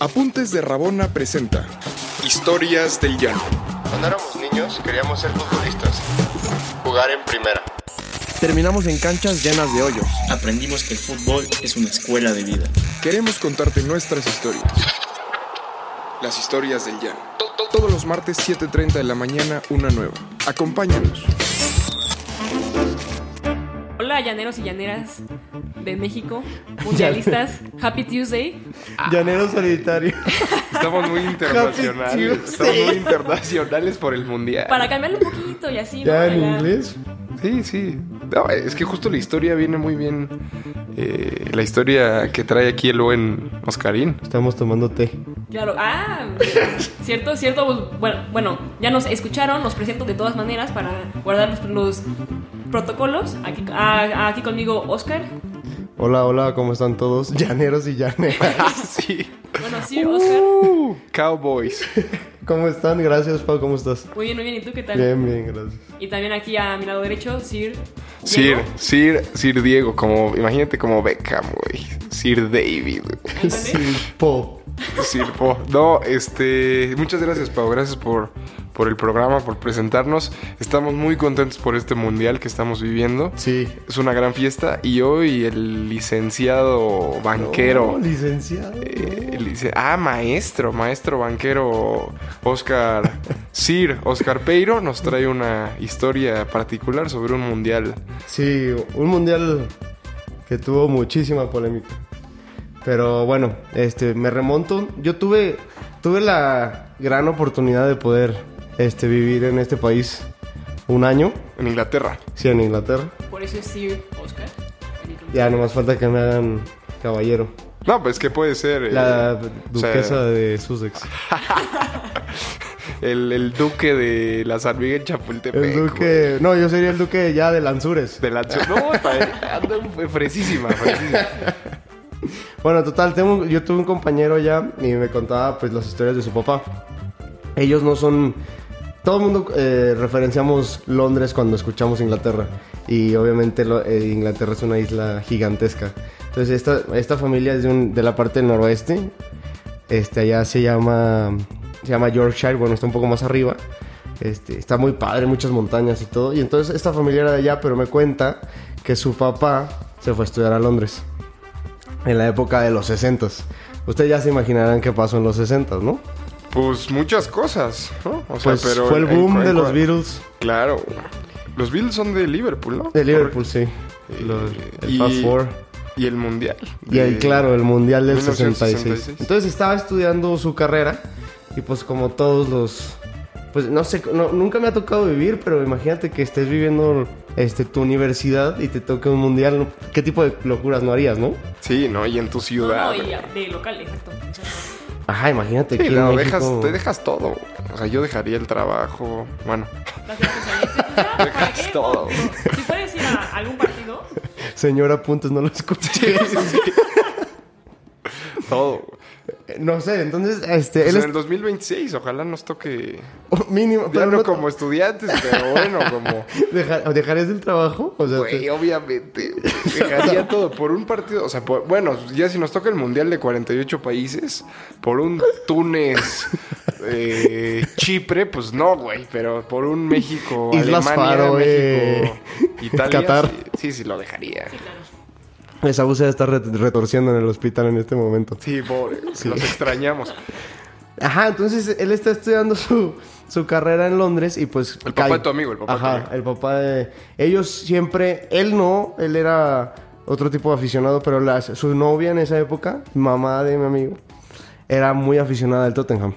Apuntes de Rabona presenta Historias del Llano. Cuando éramos niños queríamos ser futbolistas, jugar en primera. Terminamos en canchas llenas de hoyos. Aprendimos que el fútbol es una escuela de vida. Queremos contarte nuestras historias. Las historias del Llano. Todos los martes 7.30 de la mañana, una nueva. Acompáñanos. Hola, llaneros y llaneras de México, mundialistas, Happy Tuesday. Llanero solitario. Estamos muy internacionales. Estamos muy internacionales por el mundial. Para cambiarlo un poquito y así, ¿no? Ya Ah, en Ya- inglés. Sí, sí. No, es que justo la historia viene muy bien. eh, la historia que trae aquí el buen Oscarín. Estamos tomando té. Claro, ah, cierto, cierto. pues, Bueno, bueno, ya nos escucharon, los presento de todas maneras para guardar los, los protocolos. Aquí, ah, aquí conmigo, Oscar. Hola, hola, ¿cómo están todos? Llaneros y llaneras. sí. Bueno, sí, Oscar. Uh, Cowboys. ¿Cómo están? Gracias, Pau, ¿cómo estás? Muy bien, muy bien. ¿Y tú qué tal? Bien, bien, gracias. Y también aquí a mi lado derecho, Sir. Sir, Diego. Sir, Sir Diego, como, imagínate como Beckham, güey. Sir David, güey. Ándale. Sí, Pau. Sir Po. No, este, muchas gracias, Pau. Gracias por, por el programa, por presentarnos. Estamos muy contentos por este mundial que estamos viviendo. Sí. Es una gran fiesta y hoy el licenciado banquero. Oh, licenciado. eh, el lice- ah, maestro, maestro banquero Oscar Sir Oscar Peiro nos trae una historia particular sobre un mundial. Sí, un mundial que tuvo muchísima polémica. Pero bueno, este, me remonto. Yo tuve, tuve la gran oportunidad de poder este, vivir en este país un año, En Inglaterra. sí, en Inglaterra. Por eso es Sir Oscar. Ya nomás falta que me hagan caballero. No, pues que puede ser. eh, La o sea, duquesa de Sussex. el, el duque de la Sarmiga en Chapultepec. El duque. No, yo sería el duque ya de Lanzures. De la... No, está- anda fresísima, fresísima. Bueno, total, tengo, un- yo tuve un compañero allá y me contaba pues las historias de su papá. Ellos no son... Todo el mundo eh, referenciamos Londres cuando escuchamos Inglaterra y obviamente lo- eh, Inglaterra es una isla gigantesca. Entonces esta, esta familia es de, un- de la parte del noroeste, este, allá se llama, se llama Yorkshire, bueno, está un poco más arriba. Este, está muy padre, muchas montañas y todo. Y entonces esta familia era de allá, pero me cuenta que su papá se fue a estudiar a Londres en la época de los 60. Ustedes ya se imaginarán qué pasó en los 60, ¿no? Pues muchas cosas, ¿no? O sea, pues pero fue el en- boom en- de los en- Beatles Claro. Los Bills son de Liverpool, ¿no? de Liverpool, sí. Eh, Los- el y- Fast Four. Y el Mundial. Y el, de- claro, el Mundial del 1966. 66. Entonces estaba estudiando su carrera y pues como todos los... Pues no sé, no- nunca me ha tocado vivir, pero imagínate que estés viviendo este, tu universidad y te toque un mundial. ¿Qué tipo de locuras no harías, no? Sí, ¿no? Y en tu No, ciudad. no, y güey. de local, exacto. O sea, Ajá, imagínate Sí, que no, en dejas- México- te dejas todo. O sea, yo dejaría el trabajo. Bueno, las responsabilidades, pues, ya, ¿para Dejas qué? todo. No, Si puedes ir a algún partido, Señora, apuntes, no lo escuché. todo. Eh, no sé, entonces, este... Pues en él es- el 2026, ojalá nos toque. Mínimo, Ya pero no no- como estudiantes, pero bueno, como. Dejar- ¿Dejarías el trabajo? O sea, Güey, te- obviamente. Dejaría todo por un partido. O sea, por- bueno, ya si nos toca el Mundial de 48 países, por un Túnez, eh, Chipre, pues no, güey. Pero por un México, Islas Alemania, Faroe, México, Italia. Qatar. Sí, sí, sí, lo dejaría. esa voz ya está re- retorciendo en el hospital en este momento. Sí, pobre, Sí. los extrañamos. Ajá, entonces él está estudiando su, su carrera en Londres y pues... El papá de tu amigo, el papá de tu Ajá, amigo. el papá de... Ellos siempre... Él no, él era otro tipo de aficionado, pero las- su novia en esa época, mamá de mi amigo, era muy aficionada al Tottenham.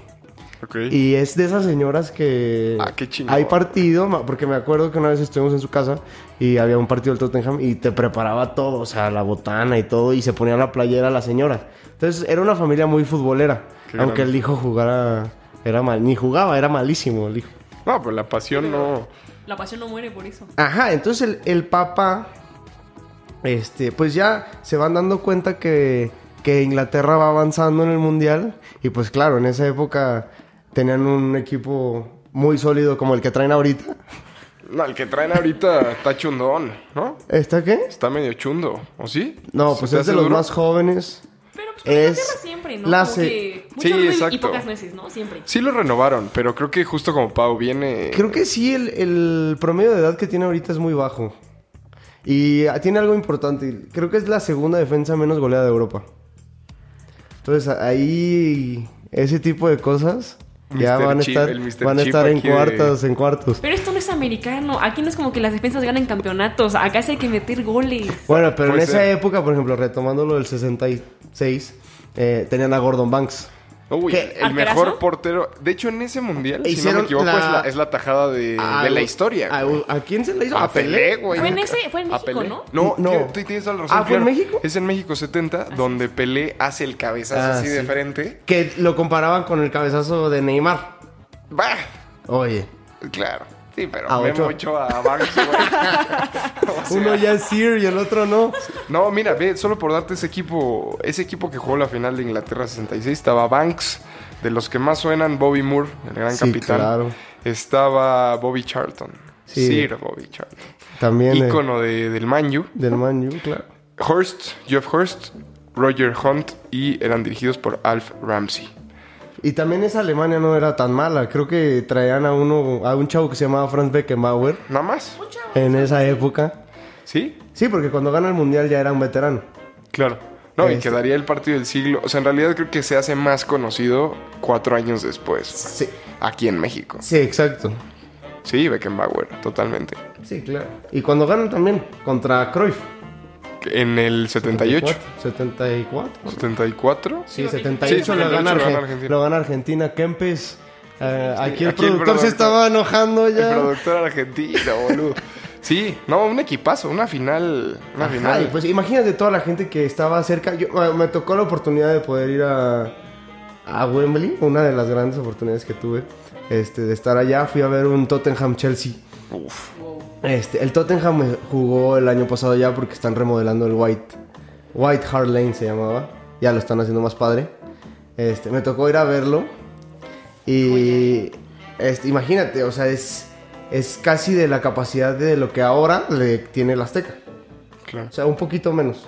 Ok. Y es de esas señoras que... Ah, qué chingón. Hay partido, ma- porque me acuerdo que una vez estuvimos en su casa y había un partido del Tottenham y te preparaba todo, o sea, la botana y todo, y se ponía la playera la señora. Entonces, era una familia muy futbolera. Qué aunque grande. el hijo jugara... Era mal, ni jugaba, era malísimo el hijo. No, pues la pasión no. la pasión no muere por eso. Ajá, entonces el, el papá, este, pues ya se van dando cuenta que, que Inglaterra va avanzando en el mundial. Y pues claro, en esa época tenían un equipo muy sólido como el que traen ahorita. No, el que traen ahorita está chundón, ¿no? ¿Está qué? Está medio chundo, ¿o sí? No, ¿Se pues te es de hace los duro? más jóvenes. Pero pues Es es siempre, ¿no? la Como se- que Mucho Sí, ruido y exacto. pocas nueces, ¿no? Siempre. Sí lo renovaron, pero creo que justo como Pau viene... Creo que sí, el, el promedio de edad que tiene ahorita es muy bajo. Y ah, tiene algo importante. Creo que es la segunda defensa menos goleada de Europa. Entonces a- ahí ese tipo de cosas ya Mr. van a Chip, estar, el Mr. van a Chip estar en aquí de- cuartos, en cuartos. Pero esto no es americano. Aquí no es como que las defensas ganan campeonatos. Acá sí hay que meter goles. Bueno, pero en Puede esa ser. época, por ejemplo, retomando lo del 66, eh, tenían a Gordon Banks. Uy, ¿Qué? Oh, el ¿Arquerazo? mejor portero. De hecho, en ese mundial, si no Hicieron me equivoco, la- Ah, es, la, es la tajada de, A- de la historia. ¿A, güey. a quién se le hizo? A Pelé, güey. Fue en ese- fue en A México, Pelé. ¿no? No, No. no. tienes toda la razón. Ah, ¿fue en claro. México? Es en México 70, donde Pelé hace el cabezazo Ah, así de sí. frente. Que lo comparaban con el cabezazo de Neymar. ¡Bah! Oye, Claro. Sí, pero A me Ochoa. mucho a Banks, güey. O sea, uno ya es Sir y el otro no. No, mira, ve, solo por darte ese equipo, ese equipo que jugó la final de Inglaterra 66, estaba Banks, de los que más suenan, Bobby Moore, el gran Sí, capitán. claro. Estaba Bobby Charlton. Sí. Sir Bobby Charlton. También eh, Ícono de- del Man U. del Man U, claro. Hurst, Jeff Hurst, Roger Hunt y eran dirigidos por Alf Ramsey. Y también esa Alemania no era tan mala. Creo que traían a uno, a un chavo que se llamaba Franz Beckenbauer Nada más. en esa época. ¿Sí? Sí, porque cuando gana el mundial ya era un veterano. Claro. No, y Este. quedaría el partido del siglo. O sea, en realidad creo que se hace más conocido cuatro años después. Sí. Aquí en México. Sí, exacto. Sí, Beckenbauer, totalmente. Sí, claro. Y cuando ganan también contra Cruyff. En el 78. 74. 74. Sí, Sí, 78 lo, 78 gana lo gana Argen- Argentina. lo gana Argentina. Kempes. eh, aquí Aquí el el productor se productor. estaba enojando El ya. productor argentino, boludo. Sí, no, un equipazo, una final. Una Ajá, final. y pues imagínate toda la gente que estaba cerca. Yo, ah, me- me tocó la oportunidad de poder ir a, a Wembley, una de las grandes oportunidades que tuve este, de estar allá. Fui a ver un Tottenham Chelsea. Este, el Tottenham eh, jugó el año pasado ya porque están remodelando el White. White Hart Lane se llamaba. Ya lo están haciendo más padre. Este, me tocó ir a verlo. Y este, imagínate, o sea, es, es casi de la capacidad de lo que ahora le tiene el Azteca. Claro. O sea, un poquito menos.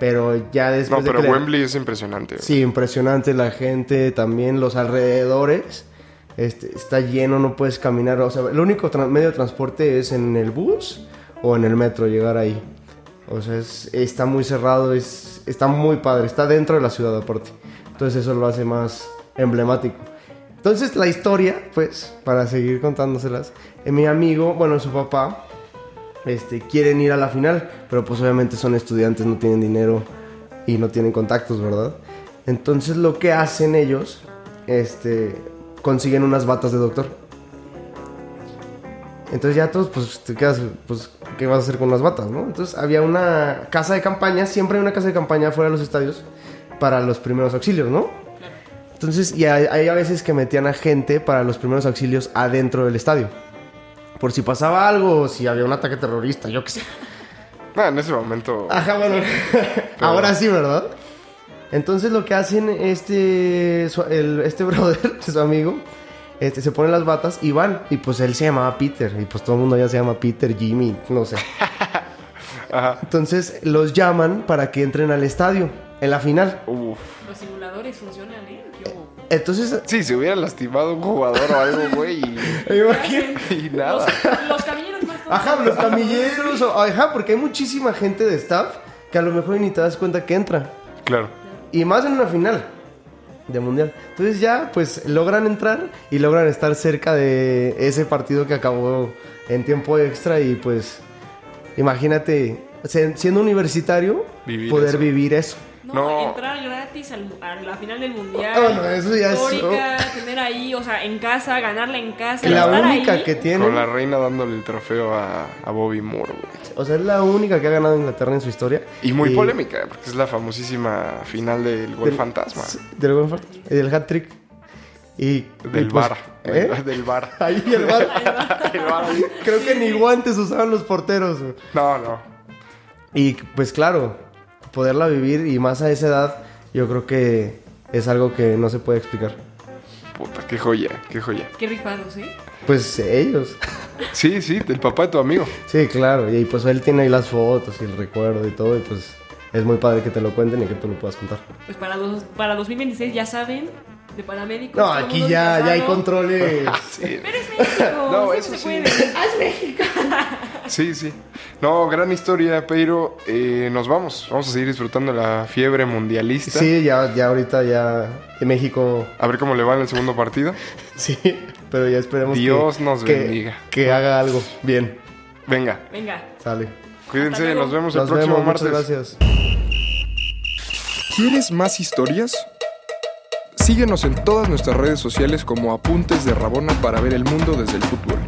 Pero ya No, después de pero que le- Wembley es impresionante. Sí, impresionante la gente, también los alrededores. Este, está lleno, no puedes caminar. O sea, el único tra- medio de transporte es en el bus o en el metro llegar ahí. O sea, es- está muy cerrado, es, está muy padre, está dentro de la ciudad aparte. Entonces eso lo hace más emblemático. Entonces la historia, pues, para seguir contándoselas, eh, mi amigo, bueno, su papá, este, quieren ir a la final, pero pues obviamente son estudiantes, no tienen dinero y no tienen contactos, ¿verdad? Entonces lo que hacen ellos, este, consiguen unas batas de doctor. Entonces ya todos, pues te quedas, pues, ¿qué vas a hacer con las batas, no? Entonces había una casa de campaña, siempre hay una casa de campaña fuera de los estadios para los primeros auxilios, ¿no? Entonces, y hay, hay a veces que metían a gente para los primeros auxilios adentro del estadio. Por si pasaba algo, o si había un ataque terrorista, yo qué sé. No, Ah, en ese momento. Ajá, bueno. Ahora sí, ¿verdad? Entonces lo que hacen este, su- el- este brother, su amigo, este, se ponen las batas y van. Y pues él se llamaba Peter. Y pues todo el mundo ya se llama Peter, Jimmy, no sé. Ajá. Entonces los llaman para que entren al estadio en la final. Uf. Los simuladores funcionan, ¿eh? Yo- Entonces, Sí, se hubiera lastimado un jugador o algo, güey. Y, imagínate. y Los, nada. los camilleros más tontos. Ajá, los camilleros. o- ajá, porque hay muchísima gente de staff que a lo mejor ni te das cuenta que entra. Claro. Y más en una final de mundial. Entonces ya, pues logran entrar y logran estar cerca de ese partido que acabó en tiempo extra y pues imagínate, se- siendo universitario, Vivir poder eso. vivir eso. No, No. entrar gratis al, a la final del mundial. Ah, no, eso ya es- Histórica, tener ahí, o sea, en casa, ganarla en casa. la estar única ahí. que tiene, Con la reina dándole el trofeo a, a Bobby Moore, güey. o sea, es la única que ha ganado Inglaterra en su historia. Y muy polémica, porque es la famosísima final del gol del- fantasma. Del, gol fa- y del hat-trick. Y, Del y, pues, bar. ¿eh? Del, del bar. Ahí el bar. Del bar. Creo que ni guantes usaban los porteros. güey. No, no. Y pues claro, poderla vivir y más a esa edad, yo creo que es algo que no se puede explicar. Puta, qué joya, qué joya. Qué rifados, ¿eh? Pues ellos. Sí, sí, del papá de tu amigo. Sí, claro. Y pues él tiene ahí las fotos y el recuerdo y todo. Y pues es muy padre que te lo cuenten y que tú lo puedas contar. Pues para, dos, para 2026 ya saben, de paramédicos. No, todo el aquí mundo ya, ya hay disfrazado. controles. Sí. Pero es México, No, siempre eso se sí. puede. Sí, sí. No, gran historia, pero eh, nos vamos. Vamos a seguir disfrutando la fiebre mundialista. Sí, ya, ya ahorita ya en México, A ver cómo le va en el segundo partido. sí, pero ya esperemos que- Dios nos que- bendiga. que haga algo bien. Venga, Venga. Sale. Hasta cuídense, luego. nos vemos el Nos próximo vemos, muchas martes. gracias. ¿Quieres más historias? Síguenos en todas nuestras redes sociales como Apuntes de Rabona para ver el mundo desde el fútbol.